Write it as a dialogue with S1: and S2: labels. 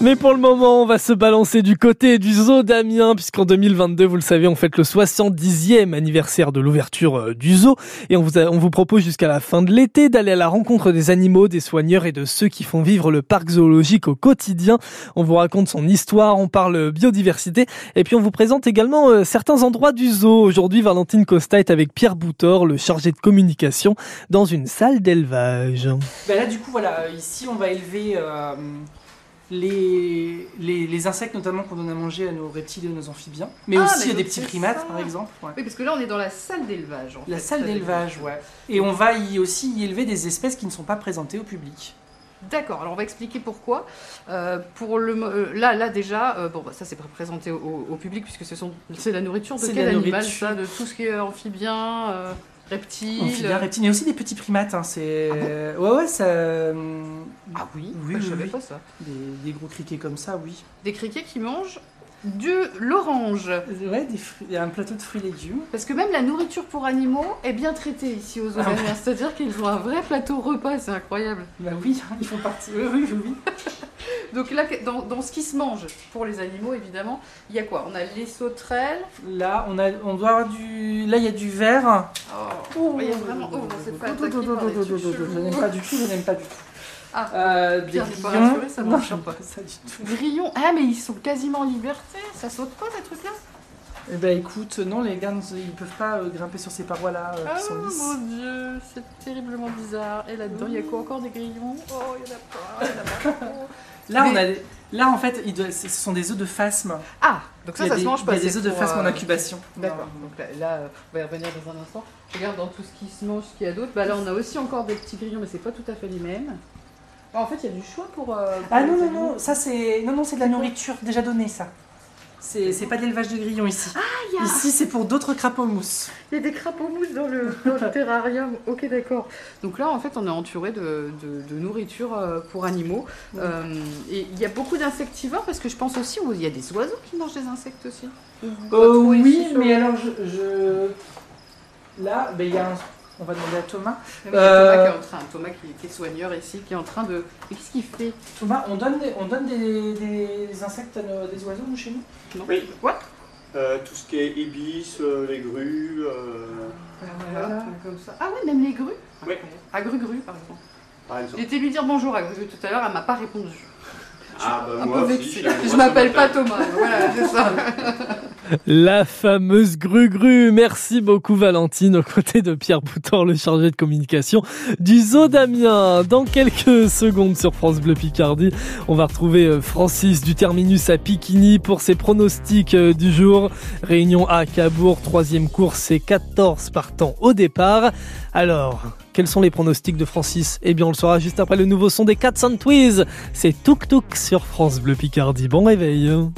S1: Mais pour le moment, on va se balancer du côté du zoo d'Amiens, puisqu'en 2022, vous le savez, on fête le 70e anniversaire de l'ouverture euh, du zoo. Et on vous, a- on vous propose jusqu'à la fin de l'été d'aller à la rencontre des animaux, des soigneurs et de ceux qui font vivre le parc zoologique au quotidien. On vous raconte son histoire, on parle euh, biodiversité, et puis on vous présente également euh, certains endroits du zoo. Aujourd'hui, Valentine Costa est avec Pierre Boutor, le chargé de communication, dans une salle d'élevage.
S2: Ben là, du coup, voilà, euh, ici, on va élever euh, les, les, les insectes, notamment qu'on donne à manger à nos reptiles et nos amphibiens, mais
S3: Ah,
S2: aussi à des
S3: mais donc
S2: petits
S3: c'est
S2: primates,
S3: ça.
S2: par exemple. ouais.
S3: Oui, parce que là, on est dans la salle d'élevage. en
S2: La
S3: fait,
S2: salle d'élevage, ouais. Et on va y aussi y élever des espèces qui ne sont pas présentées au public.
S3: D'accord, alors on va expliquer pourquoi. Euh, pour le, mo- euh, là, là, déjà, euh, bon, bah, ça, c'est pas présenté au, au- au public, puisque ce sont- c'est la nourriture de
S2: C'est de
S3: quel
S2: la
S3: animal,
S2: nourriture.
S3: ça De tout ce qui est amphibien, euh, reptile euh,
S2: Amphibiens, reptiles, mais aussi des petits primates. hein, c'est... ouais, ouais, ça... euh,
S3: Ah oui,
S2: Oui,
S3: bah,
S2: oui,
S3: je savais
S2: oui.
S3: pas ça.
S2: Des, des gros criquets comme ça, oui.
S3: Des criquets qui mangent de l'orange.
S2: Euh, Ouais, des fruits- un plateau de fruits et légumes.
S3: Parce que même la nourriture pour animaux est bien traitée ici aux
S2: Ah
S3: Auvergnats. C'est-à-dire qu'ils ont un vrai plateau repas, c'est incroyable.
S2: Bah oui, ils font partie. Oui, oui, oui. oui.
S3: Donc là, dans, dans ce qui se mange, pour les animaux évidemment, il y a quoi On a les sauterelles.
S2: Là, on, a, on doit avoir du... Là, il y a du verre.
S3: Oh, il y a vraiment. Oh, on s'est pas attaqué par des trucs
S2: Je n'aime
S3: chelous.
S2: pas du tout, je n'aime pas du tout.
S3: Ah.
S2: Euh, des
S3: Pierre n'est pas
S2: grillons.
S3: rassuré, ça
S2: Non,
S3: marche
S2: j'aime
S3: pas.
S2: pas ça du tout.
S3: Grillons. Ah, mais ils sont quasiment en liberté. Ça saute pas ces trucs-là
S2: Eh ben écoute, non, les gars, ils peuvent pas euh, grimper sur ces parois-là euh,
S3: Ah
S2: qui sont lisses.
S3: mon dieu, c'est terriblement bizarre. Et là-dedans, il y a quoi encore des grillons Oh, il y en a pas. il y en a pas trop.
S2: Là, on
S3: Mais-
S2: a, des- là, en fait, ils doivent- ce sont des œufs de phasme.
S3: Ah, donc
S2: Il
S3: ça,
S2: y a
S3: ça
S2: des,
S3: se mange pas.
S2: Il y a des
S3: c'est
S2: œufs de
S3: pour,
S2: phasme en
S3: euh,
S2: incubation.
S3: D'accord, donc là, là, euh, on va y revenir dans un instant. Je regarde dans tout ce qui se mange, ce qu'il y a d'autre. Bah là, on a aussi encore des petits grillons, mais c'est pas tout à fait les mêmes. Ah, en fait, il y a du choix pour. euh, pour
S2: Ah
S3: les
S2: non, non,
S3: animaux.
S2: non, ça c'est. Non, non, c'est de la nourriture déjà donnée, ça. C'est c'est pas d'élevage de grillons ici.
S3: Ah, il y a-
S2: Ici, c'est pour d'autres crapauds mousse.
S3: Il y a des crapauds mousses dans le, dans le terrarium. Ok, d'accord. Donc là, en fait, on est entouré de, de- de nourriture euh, pour animaux.
S2: Oui.
S3: Euh, et il y a beaucoup d'insectivores parce que je pense aussi qu'il y a des oiseaux qui mangent des insectes aussi.
S2: Euh,
S3: Retrouver
S2: oui,
S3: ici sur-
S2: mais alors je. je- Là, ben, il y a un- On va demander à Thomas.
S3: Mais oui, il y a Thomas, qui est en train, Thomas qui, qui est soigneur ici, qui est en train de. Mais qu'est-ce qu'il fait
S2: Thomas, on donne des, on donne des, des insectes à nos- des oiseaux nous, chez nous
S3: Non
S4: Oui.
S3: What
S4: Euh, tout ce qui est ibis, euh, les grues, euh,
S3: Voilà, comme ça. Ah ouais, même les grues Ah,
S4: Oui.
S3: À Gru-Gru, par exemple.
S4: par exemple.
S3: J'étais lui dire bonjour à Gru tout à l'heure, elle m'a pas répondu.
S4: Ah bah
S3: Un
S4: moi
S3: peu
S4: aussi,
S3: vexée.
S4: j'ai le droit
S3: Je
S4: de
S3: m'appelle pas
S4: m'appeler.
S3: Thomas, voilà, c'est ça.
S1: La fameuse Gru-Gru. Merci beaucoup, Valentine, aux côtés de Pierre Boutor, le chargé de communication du Zoo d'Amiens. Dans quelques secondes sur France Bleu Picardie, on va retrouver euh, Francis du Terminus à Piquigny pour ses pronostics euh, du jour. Réunion à Cabourg, troisième course et 14 partants au départ. Alors, quels sont les pronostics de Francis Eh bien, on le saura juste après le nouveau son des 4 Twiz. C'est Tuk Tuk sur France Bleu Picardie. Bon réveil.